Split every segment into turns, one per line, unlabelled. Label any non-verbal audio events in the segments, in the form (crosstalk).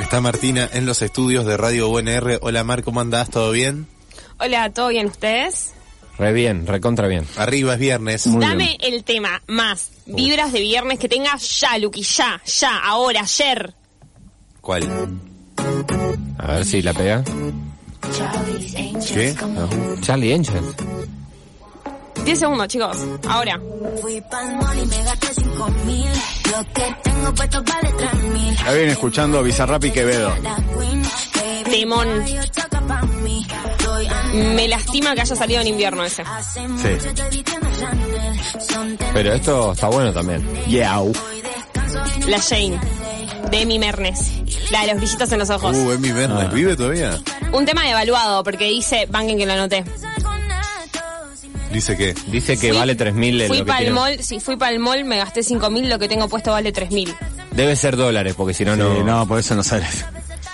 Está Martina en los estudios de Radio UNR. Hola Mar, ¿cómo andás? ¿Todo bien?
Hola, ¿todo bien ustedes?
Re bien, recontra bien.
Arriba es viernes.
Muy
Dame el tema más. Vibras de viernes que tenga ya, Luqui, ya, ya, ahora, ayer.
¿Cuál?
A ver si la pega. Ah.
¿Qué?
Charlie Angel.
10 segundos, chicos. Ahora.
Fui pa'l mall y me gasté cinco mil. Lo que tengo puesto vale tres mil.
Ya vienen escuchando Bizarrap y Quevedo.
La queen, baby,
Temón.
nadie choca pa' mí. Soy Ana,
Me lastima que haya salido en invierno ese.
hace mucho estoy vistiendo Chanel. Son temas
Pero esto está bueno también.
Yeah. Uh,
y descanso en
La Jane. De Emi Mernes. La de los brillitos en los ojos.
Uh, Emi Bernes,
Ah.
¿vive todavía?
Un tema evaluado porque dice, banquen que lo anoté.
el conato. Si me
Dice que.
Eh,
Dice que
Fui-
vale 3.000 en
Fui
lo que
pa'l
tiene.
mall, si fui pa'l mall me gasté 5.000, lo que tengo puesto vale 3.000.
Debe ser dólares, porque si no,
sí,
no...
no, por eso no sales.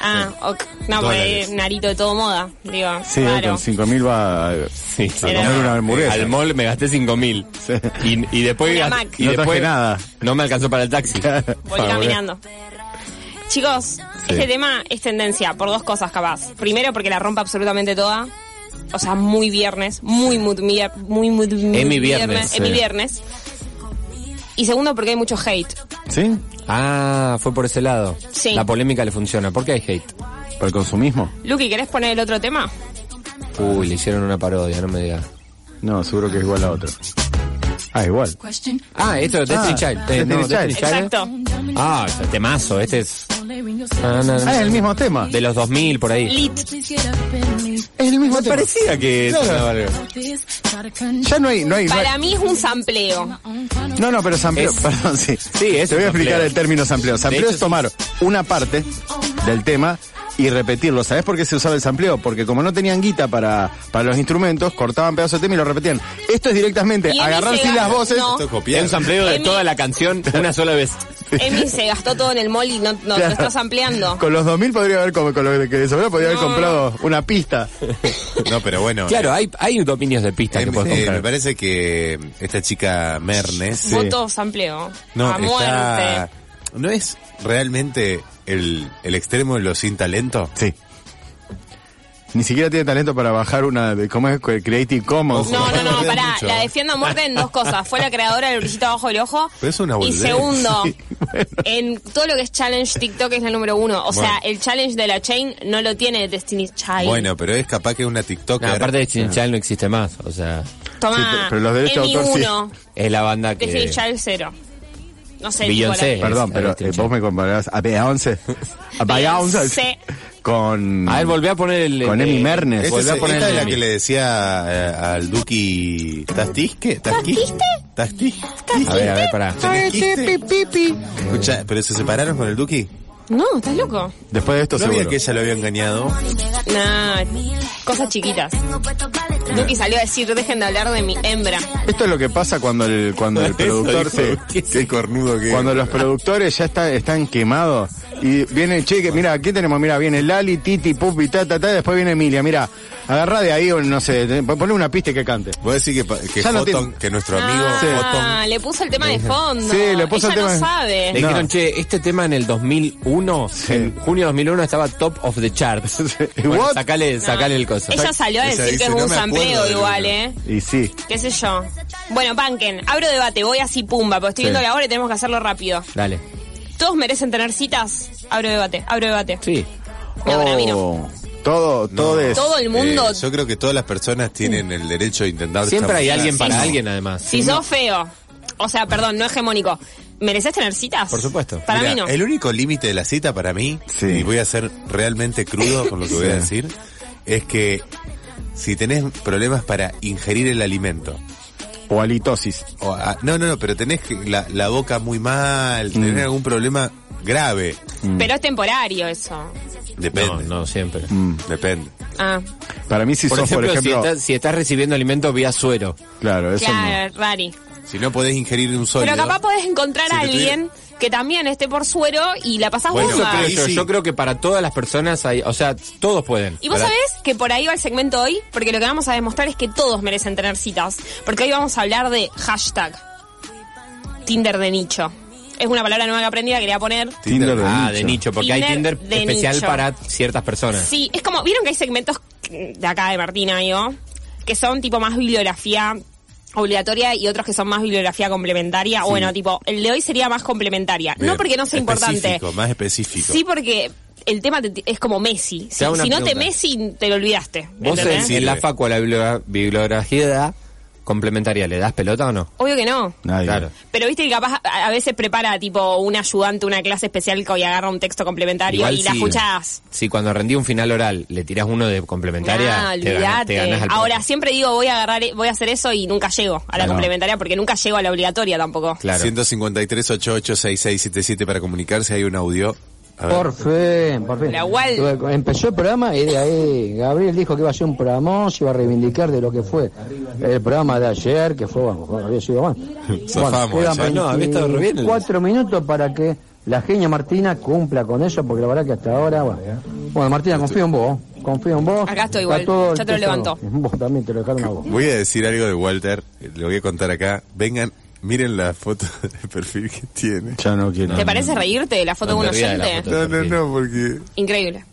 Ah, ok. no,
Dólares.
pues Narito de todo moda, digo.
Sí,
claro.
con 5000 va a,
Sí,
a
Era-
comer una hamburguesa.
Al mall me gasté 5.000. Y, y después...
Una
gas-
Mac.
Y
No traje
después
nada.
No me alcanzó para el taxi. (laughs)
Voy
Ah,
caminando. Chicos, este tema es tendencia por dos cosas capaz. Primero porque la rompe absolutamente toda. O sea, muy viernes, muy muy mier- muy muy, muy
Emi viernes, sí.
Emi viernes. Y segundo porque hay mucho hate.
¿Sí?
Ah, fue por ese lado.
Sí.
La polémica le funciona. ¿Por qué hay hate?
¿Por el consumismo?
Luqui, ¿querés poner el otro tema?
Uy, le hicieron una parodia, no me digas.
No, seguro que es igual a otro. Ah, igual.
Ah, esto es Destiny
Ah,
Child. Eh,
Destiny
no,
Child.
Destiny Child.
Exacto.
Ah, este temazo. Este es... Ah, no, no.
Ah, es el mismo tema.
De los 2000 por ahí.
Lit.
Es el mismo tema.
Parecía que...
Claro.
sonaba algo.
Ya no hay, no hay, no hay-
Para mí es un sampleo.
No, no, pero sampleo,
Es-
perdón, sí.
Sí, es
Te voy a
sampleo.
explicar el término sampleo. Sampleo
hecho,
es tomar una parte del tema y repetirlo. ¿Sabés por qué se usaba el sampleo? Porque como no tenían guita para, para los instrumentos, cortaban pedazos de tema y lo repetían. Esto es directamente
Y él
agarrar
dice,
sin las voces.
no.
Esto es
Es
copiar.
un sampleo de
Emi-
toda la canción una sola vez.
Emi se gastó todo en el mall y no, no
Claro.
lo estás ampliando.
Con los 2000 podría haber, como- con lo que le sobró, podría haber
No.
comprado una pista.
No, pero bueno.
Claro, hay, hay dominios de pista
Emi-
que puedes
eh, me
comprar.
parece que esta chica Mernes. eh,
Voto sampleo.
No,
A
está.
muerte.
¿No es realmente el, el extremo de los sin talento?
Sí. Ni siquiera tiene talento para bajar una de cómo es Creative Commons.
No, no, no,
Me
pará.
mucho.
La defiendo a muerte en dos cosas. Fue la creadora del brillito abajo del ojo.
Pero es una
Y
boludez.
segundo,
(laughs) Sí, bueno.
en todo lo que es challenge TikTok es la número uno. O sea,
Bueno.
el challenge de la chain no lo tiene Destiny Child.
Bueno, pero es capaz que una TikToker.
No, aparte de Chinchal no existe más. O sea,
Tomá,
Sí, pero los derechos de autor sí. Eh.
uno,
es la banda
Destiny
que.
Child cero. No sé,
Beyoncé.
tipo
Perdón,
Es-
pero
es
eh, vos me comparás a
(laughs)
Beyoncé. A Beyoncé.
Beyoncé.
Con.
A ver, volví a poner el.
Con
el-
Emi Mernes.
Este
Volví a
es-
poner
esta es
el
la
Emi.
que le decía eh, al Duki. ¿Tastisque? ¿Tasquiste? ¿Tastisque?
A ver, a ver, pará.
Escucha, ¿pero se separaron con el Duki?
la- No, ¿estás loco?
Después de esto,
No sabía
seguro.
que ella lo había engañado.
Nah, cosas chiquitas. Duki salió a decir, dejen de hablar de mi hembra.
Esto es lo que pasa cuando el,
(laughs)
cuando el productor se.
Qué cornudo que
Cuando los productores ya está- están quemados y viene el cheque, mira, aquí tenemos, mira, viene Lali, Titi, Pupi, ta, ta, ta, después viene Emilia, mira, agarra de ahí, o no sé, te- ponle una pista y que cante.
Voy a decir que, pa- que
Ya no
Hotton,
tiene-
que nuestro amigo
ah,
Hotton-
le puso el tema de fondo.
Sí, le puso
Ella
el tema
no
de-
sabe.
Le
No.
dijeron, che, este tema en el 2001, en junio de 2001 estaba top of the
(laughs)
charts. Bueno,
What?
sacale, sacale el coso.
Ella salió a
Ella
decir
dice,
que es
"No
un
me acuerdo
sampleo
del
igual,
libro".
¿eh?
Y sí.
¿Qué sé yo? Bueno, Panken, abro debate, voy así pumba, porque estoy
Sí.
viendo la hora y tenemos que hacerlo rápido.
Dale.
¿Todos merecen tener citas? Abro debate, abro debate.
Sí.
No, para mí no.
Oh, Todo, todo es.
Todo el mundo.
Eh, yo creo que todas las personas tienen el derecho a intentar.
Siempre hay
chamullar.
alguien para
Sí.
alguien, además.
si sos feo, o sea, perdón, no hegemónico, ¿mereces tener citas?
Por supuesto.
Para
Mira,
mí no.
El único límite de la cita para mí,
Sí.
y voy a ser realmente crudo con lo que voy a decir, es que si tenés problemas para ingerir el alimento,
O halitosis.
o a- no, no, no, pero tenés que- la, la boca muy
Mm.
mal, tenés algún problema grave,
Mm. Pero es temporario eso.
No,
depende,
no, siempre.
depende.
Ah,
Para mí, si
Por
sos,
ejemplo,
por ejemplo.
si, estás, si estás recibiendo alimento vía suero.
Claro, eso
claro, rari.
Si no podés ingerir de un solo.
Pero capaz podés encontrar
Si
a
te tuviera-
alguien que también esté por suero y la pasás
Bueno,
bomba.
pero-
Creo
Ahí
yo,
sí.
yo creo que para todas las personas hay, o sea, todos pueden.
Y vos
Para-
sabés que por ahí va el segmento hoy, porque lo que vamos a demostrar es que todos merecen tener citas. Porque hoy vamos a hablar de hashtag Tinder de nicho. es una palabra nueva que aprendí, la quería poner.
Tinder de
ah, de
nicho.
nicho, porque hay
Tinder
Tinder
de
especial
nicho.
para ciertas personas.
Sí, es como, vieron que hay segmentos de acá de Martina, digo, que son tipo más bibliografía obligatoria y otros que son más bibliografía complementaria. Bueno, tipo, el de hoy sería más complementaria.
Bien.
No porque no sea importante.
Específico, más específico.
Sí, porque el tema te- es como Messi. Si,
hago una
si no te
pregunta.
Messi, te lo olvidaste.
Vos en,
¿entendés?
Sí.
en la facu a la bibliogra- bibliografía complementaria, ¿le das pelota o no?
Obvio que no.
Nadie.
Claro.
Pero viste que capaz a a veces prepara tipo un ayudante, una clase especial que hoy agarra un texto complementario y la
si-
escuchás.
Si cuando rendí un final oral le tirás uno de complementaria,
Nah,
te, ganas,
olvidate.
te ganas al
Ah, Ahora
premio.
siempre digo voy a agarrar, voy a hacer eso y nunca llego a la
Claro.
complementaria porque nunca llego a la obligatoria tampoco.
Claro.
153 88 6677 para comunicarse, hay un audio. A ver.
Por fin, por fin.
La Wal-
Empezó el programa y de ahí Gabriel dijo que iba a ser un programón, se iba a reivindicar de lo que fue el programa de ayer, que fue, bueno, bueno, había
(laughs)
sido bueno.
Zafamos,
quedan
ayer.
eh. No, había estado re bien el-
24 minutos para que la genia Martina cumpla con eso, porque la verdad que hasta ahora, bueno. Bueno, Martina, confío en vos, confío en vos.
Acá estoy
Está
igual,
todo
ya te lo
empezado.
levantó.
Vos también te lo dejaron a vos.
Voy a decir algo de Walter, eh, lo voy a contar acá. Vengan, miren la foto (laughs) de perfil que tiene.
Ya no quiero.
¿Te parece reírte de la foto de
No
un
te rías de la
oyente?
foto.
No, no, no, porque
Increíble.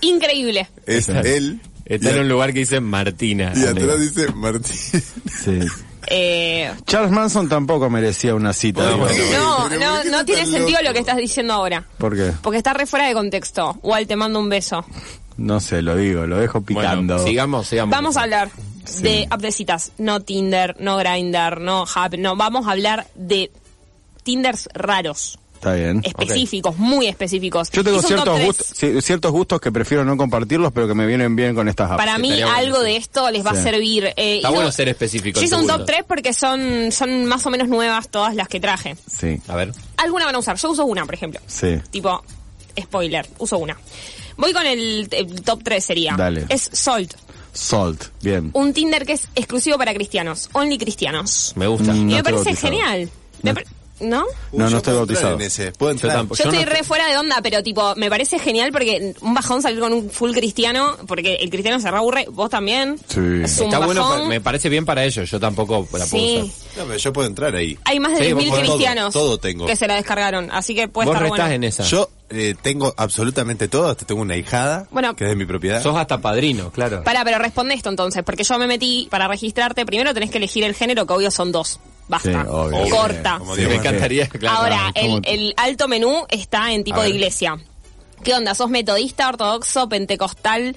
Increíble.
es
Claro.
él.
Está
y, a-
en un lugar que dice Martina.
y
amigo.
atrás dice
(laughs)
Martín.
Sí.
(laughs)
Eh,
Charles Manson tampoco merecía una cita.
No,
digo.
bueno.
no,
pero ¿por
no,
qué
no
estás
tiene
tan
sentido
loco?
lo que estás diciendo ahora.
¿Por qué?
Porque está re fuera de contexto. Wal, te mando un beso.
No sé, lo digo, lo dejo picando.
Bueno, sigamos, sigamos.
Vamos a hablar de app de citas. No Tinder, no Grindr, no Hub, no. Vamos a hablar de Tinders raros.
Está bien.
Específicos, muy específicos.
Yo tengo
Hice un top
ciertos
tres.
gustos, sí, ciertos gustos que prefiero no compartirlos, pero que me vienen bien con estas apps.
Para mí
estaría bueno
algo
eso.
de esto les va
Sí.
a servir. Eh,
Está
hice-
bueno ser específico.
Yo
en
hice un
tu
top
gusto.
3 porque son, son más o menos nuevas todas las que traje.
Sí,
A ver.
Alguna van a usar. Yo uso una, por ejemplo.
sí.
Tipo, spoiler, uso una. Voy con el, el top 3 sería.
Dale.
Es Salt,
Salt, bien.
un Tinder que es exclusivo para cristianos, only cristianos.
Me gusta.
Mm.
y
No
me
estoy
parece
bautizado.
genial. Me
No.
par- ¿No?
No, no
puedo
estoy
entrar
bautizado.
en ese, puedo
Yo
entrar.
tampoco.
Yo
Yo no
estoy
estoy-
re fuera de onda, pero tipo, me parece genial porque un bajón salir con un full cristiano, porque el cristiano se reaburre, vos también.
Sí.
Es un
Está bueno,
bajón.
pa- me parece bien para ellos. Yo tampoco la puedo
Sí.
usar.
No, pero yo puedo entrar ahí.
Hay más de
Sí,
10.000
vos podés-
cristianos
todo, todo tengo.
que se la descargaron, así que puede
Vos
estar
restás
bueno.
en esa.
Yo eh, tengo absolutamente todo, hasta tengo una hijada
Bueno.
que es de mi propiedad.
Sos hasta padrino, claro.
Pará, pero responde esto entonces, porque yo me metí para registrarte, primero tenés que elegir el género, que obvio son dos. Basta.
Sí, obvio.
Corta.
Como
Sí, me
Dios
encantaría, claro.
Ahora,
¿cómo
el,
te-
el alto menú está en tipo
A
de
ver.
iglesia. ¿Qué onda? ¿Sos metodista, ortodoxo, pentecostal,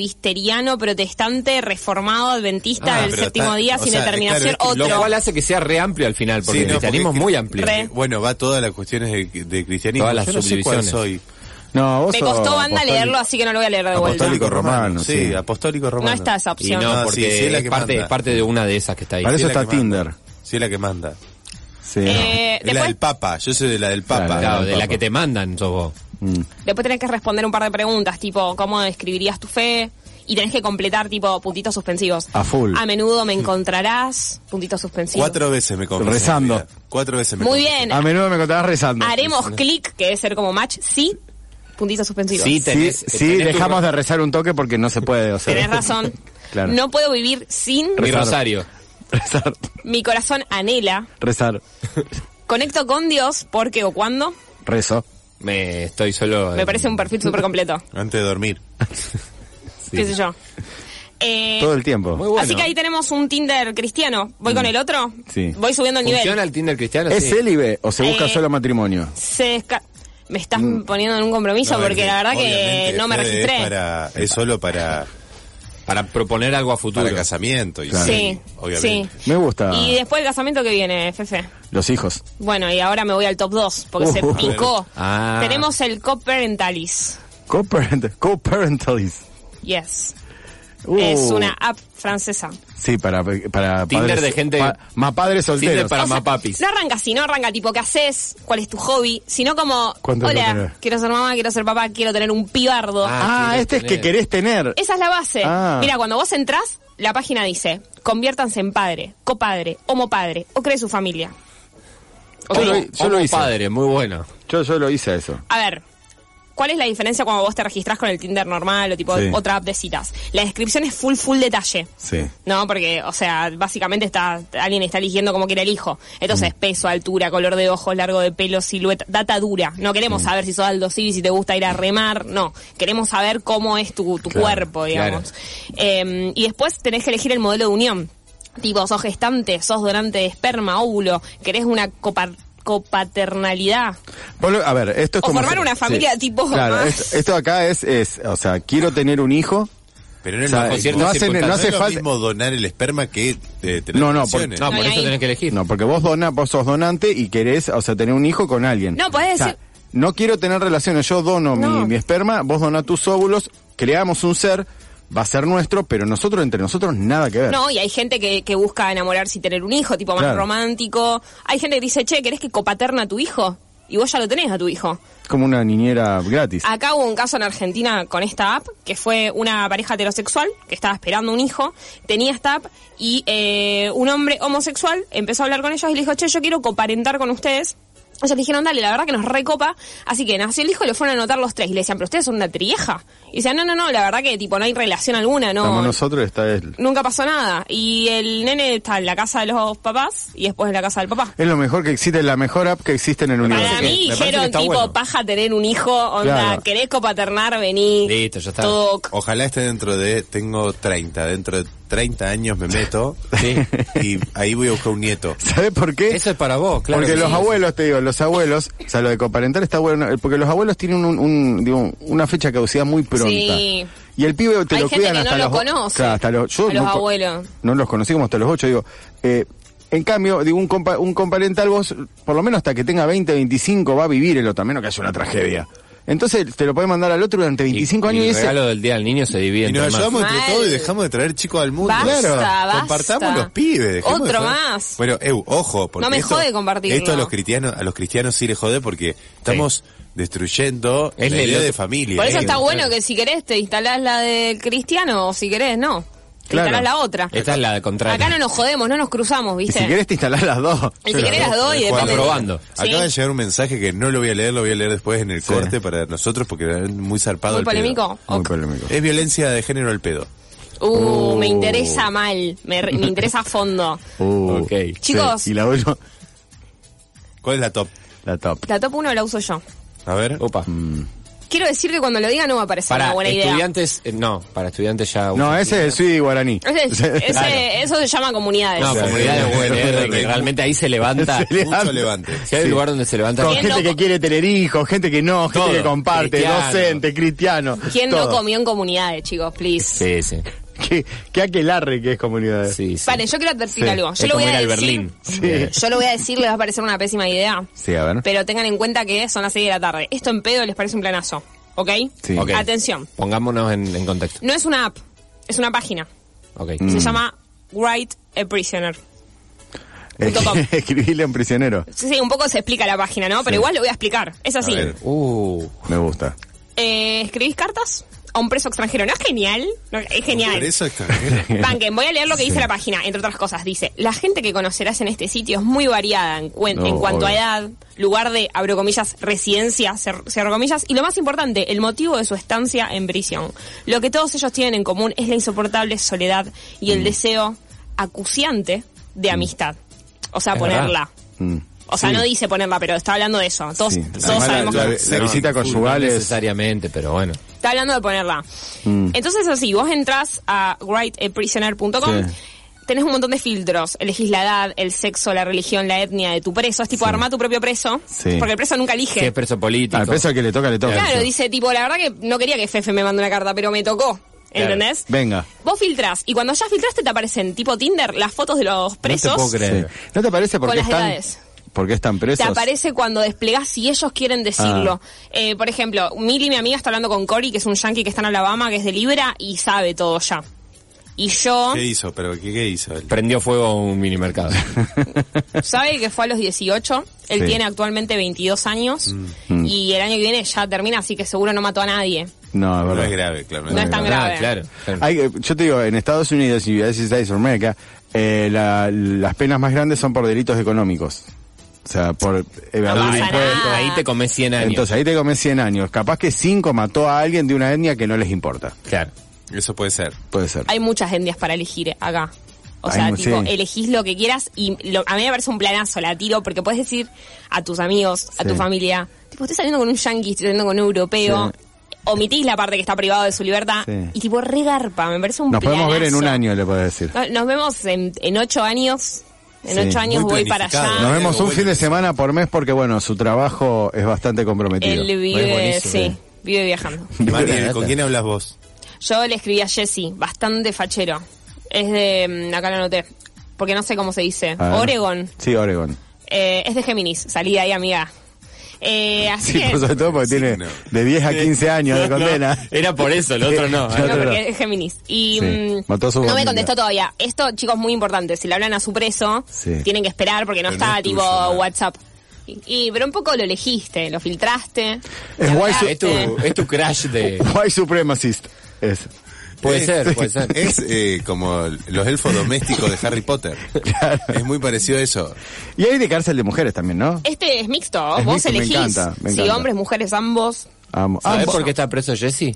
previsteriano, protestante, reformado, adventista
Ah,
del
pero
séptimo
está-
día,
o
sin
sea,
determinación?
claro, es que
Lo
otro.
cual hace que sea re amplio al final, porque
Sí,
el
no,
cristianismo es
porque-
muy amplio.
Re.
Bueno, va todas las cuestiones de, de cristianismo.
Todas las
Yo no sé cuál
subdivisiones.
soy.
No, vos
Me
sos
costó banda
apostólico-
leerlo, así que no lo voy a leer de vuelta.
Apostólico romano,
sí,
sí.
apostólico romano.
No está esa
Y
opción.
no,
No, sí,
porque
sí, es la que
es, parte,
manda.
es parte de una de esas que está ahí.
Para eso
Sí, la
está
que manda.
Tinder.
Sí, la que manda.
Sí.
Eh,
es la
después,
del Papa, yo soy de la del Papa.
Claro, de la
Papa.
que te mandan, sos vos.
Mm.
después tenés que responder un par de preguntas, tipo, ¿cómo describirías tu fe? Y tenés que completar, tipo, puntitos suspensivos.
A full.
A menudo me encontrarás, puntitos suspensivos.
Cuatro Ah, veces me confesé.
Rezando.
en mi vida. Cuatro veces me
Muy
confesé.
bien.
A menudo me contabas rezando.
Haremos clic, que es ser como match, sí, puntitos suspensivos.
Sí,
Sí,
tenés,
sí,
tenés tu-
dejamos de rezar un toque porque no se puede. O sea,
Tenés razón.
Claro.
No puedo vivir sin
mi rosario.
(laughs) Rezar,
mi corazón anhela.
rezar,
Conecto con Dios porque o cuando.
rezo.
Me estoy solo.
Me
en-
parece un perfil súper completo.
Antes de dormir.
Qué sé yo. Eh,
Todo el tiempo.
Muy bueno.
Así que ahí tenemos un Tinder cristiano. ¿Voy con el otro?
Sí.
Voy subiendo el nivel.
¿Funciona el Tinder cristiano?
¿Es
Sí.
célibe o se busca
Eh,
solo matrimonio?
Se desca- Me estás poniendo en un compromiso
No,
porque
es-
la verdad que
obviamente,
no me
Fede,
registré.
Es, para- es solo para,
Para proponer algo a futuro.
para casamiento. Y
Claro.
Sí,
obviamente.
sí.
Me gusta.
Y después el casamiento que viene, Fefe.
Los hijos.
Bueno, y ahora me voy al top 2 porque se
Uh,
picó.
Ah.
Tenemos el Coparentalis.
Coparent- Co-parentalis.
Yes.
Uh.
Es una app francesa.
Sí, para, para
Tinder
padres-
de gente-
más padres solteros.
Tinder para
O sea,
más papis.
No arranca así, no arranca tipo qué haces, cuál es tu hobby, sino como,
¿Cuánto es lo que
hola,
tenés?
quiero ser mamá, quiero ser papá, quiero tener un pibardo.
Ah,
querés
este es que
tener.
querés tener.
Esa es la base.
Ah.
Mira, cuando vos entrás, la página dice, conviértanse en padre, copadre, homopadre o cree su familia.
Yo lo- yo lo
Homo
hice.
padre, muy bueno.
Yo, yo lo hice eso.
A ver, ¿Cuál es la diferencia cuando vos te registrás con el Tinder normal o tipo
Sí.
otra app de citas? La descripción es full, full detalle.
Sí.
No, porque, o sea, básicamente está alguien está eligiendo como quiere el hijo. Entonces,
Mm.
peso, altura, color de ojos, largo de pelo, silueta, data dura. No queremos
Mm.
saber si sos Aldo Civi, si te gusta ir a remar, no. Queremos saber cómo es tu, tu
Claro,
cuerpo, digamos. Eh, y después tenés que elegir el modelo de unión. Tipo, sos gestante, sos donante de esperma, óvulo, querés una copa- copaternalidad.
Volve- A ver, esto es
O
como...
formar una familia tipo-
Claro, es- esto acá es, es, o sea, quiero tener un hijo.
Pero no, es
O sea,
lo
no
mismo.
hace- no hace
es lo
falta-
mismo donar el esperma que eh, tener
No, no,
relaciones.
No,
No,
por
y
eso
ahí-
tenés que elegir.
No, porque vos dona, vos sos donante y querés, o sea, tener un hijo con alguien.
No, podés
O sea,
decir-
no quiero tener relaciones, yo dono mi,
No.
mi esperma, vos donás tus óvulos, creamos un ser, va a ser nuestro, pero nosotros entre nosotros nada que ver.
No, y hay gente que, que busca enamorarse y tener un hijo, tipo más
Claro.
romántico. Hay gente que dice, che, ¿querés que copaterna a tu hijo? Y vos ya lo tenés a tu hijo.
Como una niñera gratis.
Acá hubo un caso en Argentina con esta app, que fue una pareja heterosexual que estaba esperando un hijo, tenía esta app y eh, un hombre homosexual empezó a hablar con ellos y le dijo, che, yo quiero coparentar con ustedes. Ellos le dijeron, dale, la verdad que nos recopa. Así que nació el hijo y lo fueron a anotar los tres. Y le decían, pero ustedes son una trieja. Y decían, no, no, no, la verdad que tipo no hay relación alguna, no.
Estamos nosotros, está él.
Nunca pasó nada. Y el nene está en la casa de los papás y después en la casa del papá.
Es lo mejor que existe, es la mejor app que existe en el universo.
Para mí
me parece que
dijeron,
está
tipo,
bueno.
paja tener un hijo, onda,
Claro.
querés copaternar, vení.
Listo, ya está.
Todo ok.
Ojalá esté dentro de, tengo 30, dentro de 30 años me meto
Sí.
y ahí voy a buscar un nieto.
¿Sabes por qué?
Eso es para vos, claro.
porque
que
los
sí.
abuelos, te digo, los abuelos, o sea, lo de coparentar está bueno, eh, porque los abuelos tienen un, un- digo, una fecha de caducidad muy pronta.
Sí.
Y el pibe te
Hay
lo
gente
cuidan
que
hasta
no
los
lo
o-
conoce,
Claro, hasta los, yo
a los
no co-
abuelos.
No los conocí como hasta los ocho, digo. eh, en cambio, digo, un, compa, un comparental vos, por lo menos hasta que tenga 20, 25, va a vivir el otro, a menos que haya una tragedia. Entonces te lo podés mandar al otro durante 25 años y,
el
dice,
regalo del día del niño se divide
Y
entre
nos
más.
ayudamos entre
Mal.
todos y dejamos de traer chicos al mundo.
Basta, basta.
Compartamos los pibes. dejemos de
Otro
joder.
más.
Bueno, Eu, ojo. Porque
No me
esto-
jode compartirlo.
Esto a los cristianos, a los cristianos sí les jode porque estamos destruyendo
Es
la
el
idea
otro-
de familia.
Por eso
¿eh?
está bueno
claro.
que si querés te instalás la de cristiano o si querés no. Te
Claro.
instalás la otra.
Esta es la de contraria.
Acá no nos jodemos, no nos cruzamos,
y
¿viste?
si querés te instalás las dos.
Y si querés las doy y
Está
depende.
probando.
Sí.
Acaba de llegar un mensaje que no lo voy a leer, lo voy a leer después en el corte para nosotros porque era muy zarpado
Muy
el pedo.
polémico.
Muy
Ok.
polémico.
Es violencia de género al pedo.
Uh, me interesa mal, me, re- me interesa a fondo.
Uh,
Ok.
sí,
Chicos.
Y la uno,
¿Cuál es la top?
la top.
La top 1 la uso yo.
A ver.
Opa.
Quiero decir que cuando lo diga no va a parecer
Para
una buena idea.
estudiantes, eh, no, para estudiantes ya.
No, eh. ese es el Sui guaraní.
Ese- ese-
Claro.
Eso se llama comunidades.
No,
Sí.
comunidad de
(laughs)
UNR, que realmente ahí se levanta.
Se levanta.
Mucho levante.
Si hay un lugar donde se levanta.
Con
¿Quién
gente
no
que
co-
quiere tener hijos, gente que no, gente
Todo.
que comparte,
Cristiano.
docente, cristiano.
¿Quién no
todo.
comió en comunidades, chicos? Please.
Sí, sí.
Qué, qué aquelarre que es comunidad.
sí, sí.
Vale, yo quiero advertir
Sí.
algo. Yo
Es
lo voy
como ir
a
al
decir.
Berlín. Eh,
(laughs) Yo lo voy a decir, les va a parecer una pésima idea.
Sí, a ver.
Pero tengan en cuenta que son las 6 de la tarde. Esto en pedo les parece un planazo. ¿Ok?
Sí.
Ok.
Atención.
Pongámonos en, en contexto.
No es una app, es una página.
Ok.
Mm.
Se llama Write a Prisoner.
Escri- (laughs) Escribirle a un prisionero.
Sí, sí, un poco se explica la página, ¿no? Pero igual lo voy a explicar. Es así.
ver.
Uh,
Me gusta.
Eh, ¿Escribís cartas? A un preso extranjero. ¿No es genial? No, es genial.
Por eso extranjero.
(laughs)
(laughs)
Banquen, voy a leer lo que dice la página, entre otras cosas. Dice, la gente que conocerás en este sitio es muy variada en, cuen-
No,
en cuanto a
obvio.
edad, lugar de, abro comillas, residencia, cer- cierro comillas, y lo más importante, el motivo de su estancia en prisión. Lo que todos ellos tienen en común es la insoportable soledad y
Mm.
el deseo acuciante de amistad. O sea,
Es
ponerla.
Mm.
O sea,
Sí.
no dice ponerla, pero está hablando de eso. Todos,
Sí.
todos
Además,
sabemos
la,
que-
la- la visita
no
conyugal es.
necesariamente, pero bueno.
Está hablando de ponerla.
Mm.
Entonces, así, vos entras a writeaprisoner.com.
Sí.
Tenés un montón de filtros. Elegís la edad, el sexo, la religión, la etnia de tu preso. Es tipo, armá tu propio preso.
Sí.
Porque el preso nunca
Si
elige.
es preso político.
Al peso que le toca, le toca.
claro, dice, tipo, la verdad que no quería que Fefe me mande una carta, pero me tocó.
Claro.
¿Entendés?
Venga.
Vos filtrás. Y cuando ya filtraste, te aparecen, tipo Tinder, las fotos de los presos.
puedo creer.
Sí. ¿No te parece por
Con
qué
las
están,
edades.
por qué están presos?
Te aparece cuando desplegás si ellos quieren decirlo. Eh, por ejemplo, Mili, mi amiga, está hablando con Cory, que es un yankee que está en Alabama, que es de Libra, y sabe todo ya. Y yo,
¿Qué hizo? ¿Pero qué, qué hizo? él?
Prendió fuego un mini
(laughs)
mercado.
Ah, sabe que fue a los 18, él
Sí.
tiene actualmente 22 años, y el año que viene ya termina, así que seguro no mató a nadie.
No, es
No
verdad.
es grave, claro.
No es tan grave.
Ah, claro. claro.
Hay, eh, yo te digo, en Estados Unidos y United States of America, eh, la- las penas más grandes son por delitos económicos. O sea, por evador
pasa
de impuestos.
nada.
ahí te comes 100 años.
Entonces ahí te comes 100 años. Capaz que 5 mató a alguien de una etnia que no les importa.
claro.
Eso puede ser.
Puede ser.
Hay muchas etnias para elegir acá. O
Hay
sea,
mu-
tipo,
sí.
elegís lo que quieras y lo- a mí me parece un planazo, la tiro, porque puedes decir a tus amigos, a
Sí.
tu familia, tipo, estoy saliendo con un yanqui, estoy saliendo con un europeo.
Sí.
Omitís la parte que está privado de su libertad
Sí.
y tipo regarpa, me parece un
Nos podemos ver en un
planazo.
año, le puedo decir.
No- Nos vemos en, en ocho años. En
Sí,
ocho años
muy
voy para
planificado.
allá.
Nos vemos un
bueno.
fin de semana por mes porque, bueno, su trabajo es bastante comprometido. (laughs)
Él
Es
vive,
buenísimo.
sí, vive viajando.
Mariel, ¿con quién hablas vos?
Yo le escribí a Jesse, bastante fachero. Es de, mm, acá lo anoté, porque no sé cómo se dice.
A ver.
Oregon.
Sí, Oregon.
Eh, es de Géminis, salí de ahí, amiga. Eh, así
Sí, pues,
que-
por (laughs) sobre todo porque tiene
no.
de 10 a 15 años de
No,
(laughs) condena.
era por eso, el otro no.
Sí.
(laughs) No,
Otro
porque
no.
es Géminis. Y
Sí,
mm,
mató a su
no me
familia.
contestó todavía. Esto, chicos, muy importante. Si le hablan a su preso,
Sí.
tienen que esperar porque no
Pero no
está
es
tipo
tuyo, ¿no?
WhatsApp. Y, y- pero un poco lo elegiste, lo filtraste.
Es
le
guay
hablaste.
su-
Es tu, es tu crash de...
White supremacist. Es.
Puede
Eh,
ser, puede ser.
Es eh, como los elfos domésticos de Harry
(laughs)
Potter.
Claro.
Es muy parecido a eso.
Y hay de cárcel de mujeres también, ¿no?
Este es mixto,
Es
vos
mixto, me
elegís.
encanta, me
si
encanta.
hombres, mujeres, ambos.
Amo.
¿Sabés
Ambos.
por qué está preso Jesse?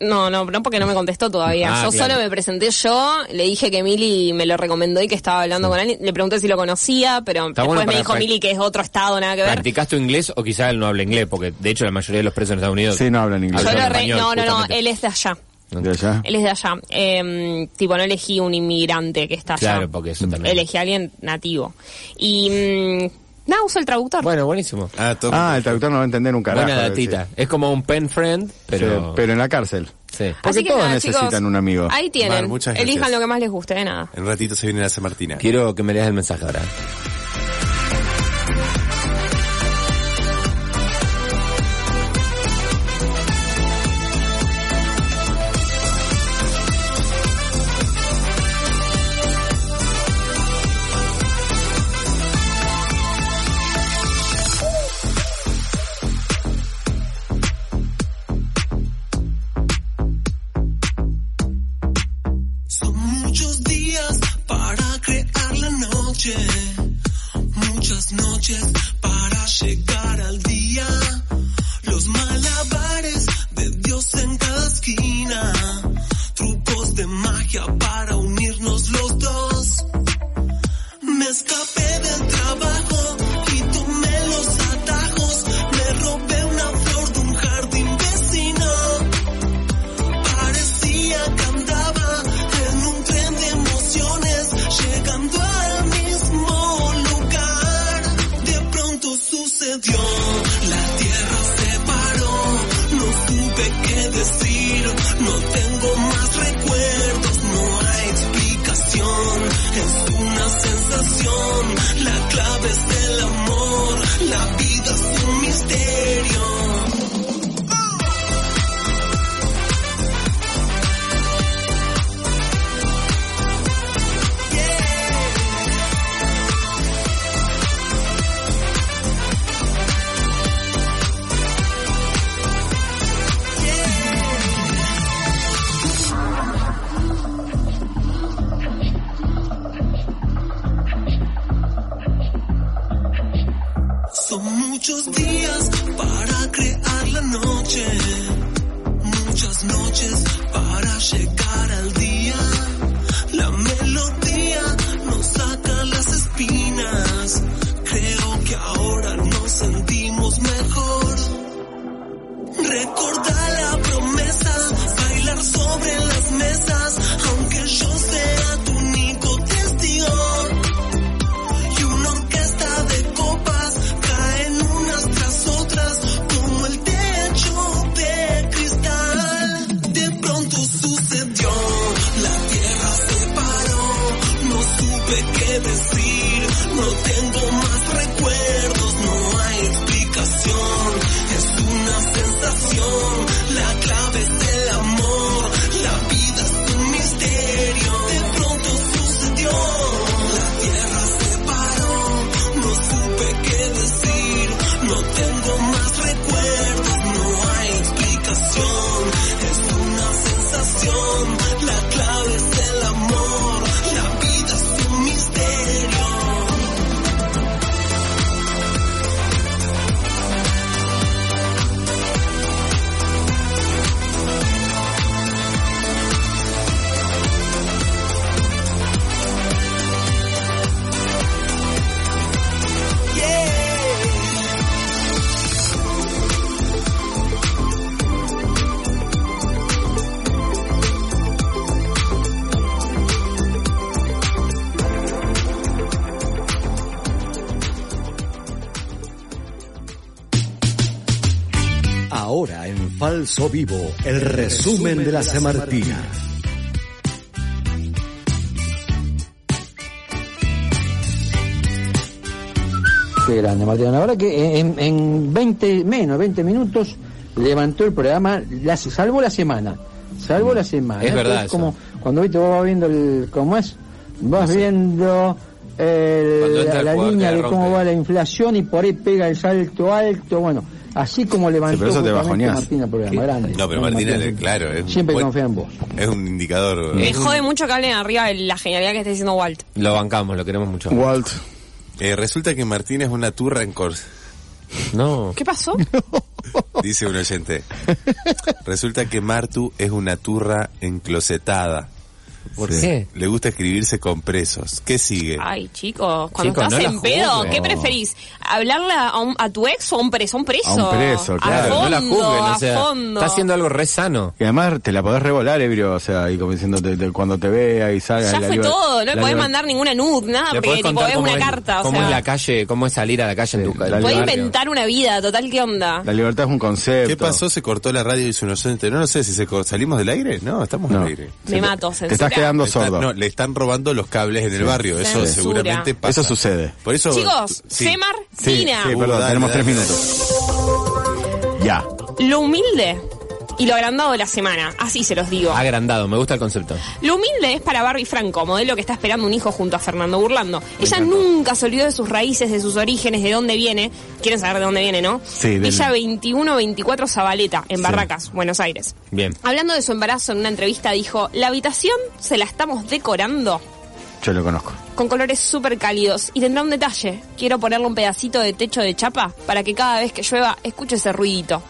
No, no, no porque no me contestó todavía.
Ah,
yo
claro.
solo me presenté yo, le dije que Mili me lo recomendó y que estaba hablando con él. Le pregunté si lo conocía, pero
Está
después
bueno
me
para
dijo
prac-
Mili que es otro estado, nada que ver.
¿Practicas tu inglés o quizá él no habla inglés? Porque de hecho la mayoría de los presos en Estados Unidos.
Sí, no hablan inglés.
Yo
Hablan
lo re-
español,
no, no, no,
justamente.
él es de allá.
¿De allá?
Él es de allá. Eh, tipo, no elegí un inmigrante que está allá.
Claro, porque eso también.
Elegí a alguien nativo. Y. mm, nada, uso el traductor.
Bueno, buenísimo.
Ah, todo-
Ah, el traductor no va a entender un carajo.
Buena
a ver, sí.
datita. Es como un pen friend,
Pero,
pero.
pero en la cárcel.
sí.
porque
Así que
todos
nada,
necesitan
chicos,
un amigo.
Ahí tienen.
Mar, muchas gracias.
Elijan lo que más les guste, de nada.
En un ratito se viene la San Martina.
Quiero que me leas el mensaje ahora.
Son muchos días para crear la noche, muchas noches para llegar al día. Los malabares de Dios en cada esquina, trucos de magia para unirnos los dos. Me escapé del trabajo y tomé los atajos, me robé una flor de un jardín vecino. Parecía que andaba en un tren de emociones, llegando al mismo lugar. De pronto sucedió, la tierra se paró, no supe qué decir, no tengo más recuerdos, no hay explicación. Es una sensación, la clave es el amor, la vida es un misterio. Son muchos días para crear la noche, muchas noches para llegar al día. La melodía nos saca las espinas, creo que ahora nos sentimos mejor. Recordar la promesa, bailar sobre las mesas, aunque yo sea tu único testigo y una orquesta de copas caen unas tras otras como el techo de cristal. De pronto sucedió, la tierra se paró, no supe qué decir, no tengo más recuerdos, no hay explicación, es una sensación, la clave es el amor, la vida es un misterio, de pronto sucedió, la tierra se paró, no supe qué decir, no tengo más recuerdos, no hay explicación, es una sensación, la clave es el amor, la vida es un misterio.
Ahora en Falso Vivo, el resumen de la Semartina.
Qué grande, Martina. La verdad que en, en 20, menos 20 minutos levantó el programa, la- salvo la semana. Salvo la semana.
Es verdad
Entonces,
eso.
como cuando viste, vos vas viendo el, cómo es, vas viendo el-
Cuando entra
la,
el
la
jugador que
línea
la
de cómo
rompe.
va la inflación y por ahí pega el salto alto. Bueno, así como levantó
pero eso te
justamente
bajoneás.
Martina el programa. Grande.
No, pero Martina, le- claro. Es un
Siempre
buen-
confía en vos.
Es un indicador.
Me jode mucho que hablen arriba de la genialidad que está diciendo Walt.
Lo bancamos, lo queremos mucho.
Walt.
Eh, resulta que Martina es una turra en Corsa.
No.
¿Qué
(laughs)
pasó?
Dice un oyente. Resulta que Martu es una turra enclosetada.
¿Por
Sí.
qué?
Le gusta escribirse con presos. ¿Qué sigue?
Ay, chicos, cuando
Chicos,
estás
no la
en pedo,
juzguen.
¿qué preferís? ¿Hablarle a, un- a tu ex o a un preso? A un preso.
A un preso, claro.
A fondo,
no la juzguen, o sea,
a fondo.
está haciendo algo re sano.
Y además te la podés revolar, Ebrio, o sea, y como diciendo te- te- cuando te vea y salga.
Ya
la
fue
liber-
todo, no
la
le podés
liber-
mandar ninguna nude, nada,
Le
Ah, porque
podés
tipo,
contar
es
cómo
una
es,
carta, o
cómo
sea.
es la calle, cómo es salir a la calle en tu
la
en tu
Podés
barrio.
inventar una vida, total, ¿qué onda?
La libertad es un concepto.
¿Qué pasó? ¿Se cortó la radio? Dice un oyente. No, no sé si se co- salimos del aire. No, estamos
No.
al aire.
Me mato,
Te estás
censura.
quedando
Le están-
sordo.
no, le están robando los cables en el barrio. Eso
Censura.
seguramente pasa.
Eso sucede.
Por eso,
Chicos,
sí.
Semar,
Sí,
Dina,
sí,
Uh,
perdón,
dale,
tenemos
dale,
tres
dale.
minutos. Ya.
lo humilde y lo agrandado de la semana, así se los digo.
Agrandado, me gusta el concepto.
Lo humilde es para Barbie Franco, modelo que está esperando un hijo junto a Fernando Burlando. Ella nunca se olvidó de sus raíces, de sus orígenes, de dónde viene. Quieren saber de dónde viene, ¿no?
Sí, del-
Villa 2124 Zabaleta, en Barracas, Buenos Aires.
Bien.
Hablando de su embarazo en una entrevista dijo, la habitación se la estamos decorando
Yo lo conozco.
con colores súper cálidos y tendrá un detalle. Quiero ponerle un pedacito de techo de chapa para que cada vez que llueva escuche ese ruidito.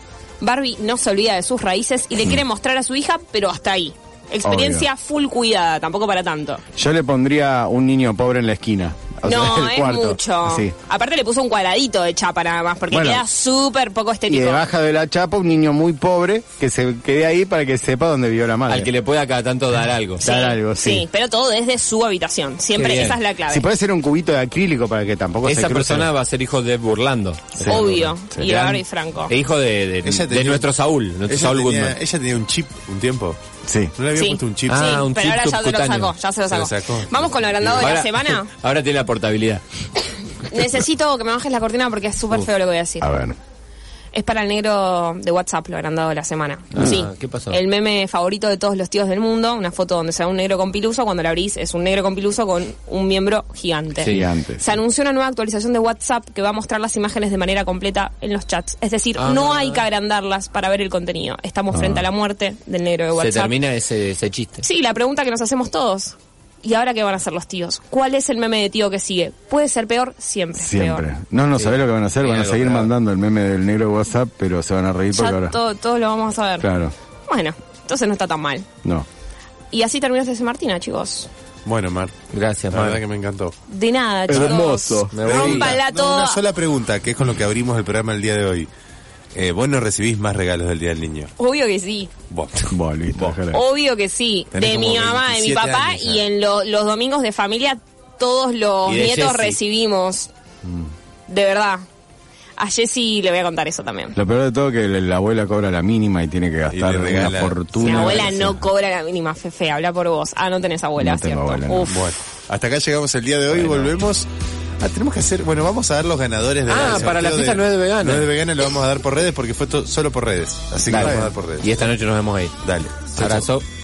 Barbie no se olvida de sus raíces y le quiere mostrar a su hija, pero hasta ahí. Experiencia full cuidada, tampoco para tanto.
Yo le pondría un niño pobre en la esquina. O
no,
sea, el
es
cuarto.
mucho.
Sí.
Aparte le puso un cuadradito de chapa nada más, porque
Bueno.
queda súper poco
Y
estético.
debajo de la chapa un niño muy pobre que se quede ahí para que sepa dónde vivió la madre.
Al que le pueda cada tanto dar algo.
Sí. dar algo, sí.
pero todo desde su habitación.
Qué
Siempre
bien.
esa es la clave.
Si puede ser un cubito de acrílico para que tampoco se
Esa
cruce.
persona va a ser hijo de Burlando.
Obvio.
Sí.
Y de Barbie Franco.
E hijo de, de,
Ella
de
tenía-
nuestro Saúl, nuestro
Ella
Saúl
tenía,
Goodman.
ella tenía un chip un tiempo.
Sí.
No le había
Sí.
puesto un chip.
Sí,
Ah, un
pero
chip
ahora ya se lo
subcutáneo.
sacó, ya se lo
Se lo
sacó.
sacó.
Vamos con lo agrandado de la
(laughs)
semana.
ahora tiene la portabilidad.
Necesito que me bajes la cortina porque es súper feo lo que voy a decir.
A ver.
Es para el negro de WhatsApp, lo agrandado de la semana.
Ah,
sí.
¿qué pasó?
El meme favorito de todos los tíos del mundo, una foto donde se ve un negro con piluso, cuando la abrís es un negro con piluso con un miembro gigante.
Sí.
Gigante.
Se anunció una nueva actualización de WhatsApp que va a mostrar las imágenes de manera completa en los chats. Es decir,
Ah.
no hay que agrandarlas para ver el contenido. Estamos frente a la muerte del negro de
Se
WhatsApp.
termina ese, ese chiste.
Sí, la pregunta que nos hacemos todos. ¿Y ahora qué van a hacer los tíos? ¿Cuál es el meme de tío que sigue? ¿Puede ser peor? Siempre. es
Siempre.
Peor.
No, no sabés lo que van a hacer. Van a
Algo
seguir
grave.
mandando el meme del negro de WhatsApp, pero se van a reír porque
Ya
ahora.
todo- todos lo vamos a ver.
Claro.
Bueno, entonces no está tan mal.
No.
Y así terminó ese Martina, chicos.
Bueno, Mar,
Gracias,
la
Mar.
verdad que me encantó.
De nada, chicos.
Hermoso.
Me voy.
Rómpanla
No,
toda.
Una sola pregunta, que es con lo que abrimos el programa el día de hoy. Eh, vos no recibís más regalos del Día del Niño.
Obvio que sí.
Vos.
(laughs) Bueno, listo, déjala.
Obvio que sí.
Tenés
de
como
mi mamá, de
27
mi papá
años ya.
y en lo- los domingos de familia todos los
Y de
nietos
Jessy.
recibimos.
Mm.
De verdad. A Jessy le voy a contar eso también.
Lo peor de todo que la, la abuela cobra la mínima y tiene que gastar una
regala.
Mi
fortuna.
abuela no cobra la mínima, Fefe, habla por vos. Ah, no tenés abuela,
No tengo
¿cierto?
abuela, no.
Uf.
Bueno, hasta acá llegamos el día de hoy, volvemos. Ah, tenemos que hacer, bueno, vamos a dar los ganadores de
Ah,
del
para la
sorteo
fiesta no es de vegana.
No es de vegana, lo vamos a dar por redes porque fue to- solo por redes. Así que lo
Dale.
vamos a dar por redes.
Y esta noche nos vemos ahí.
Dale. Chau, chau.
Abrazo.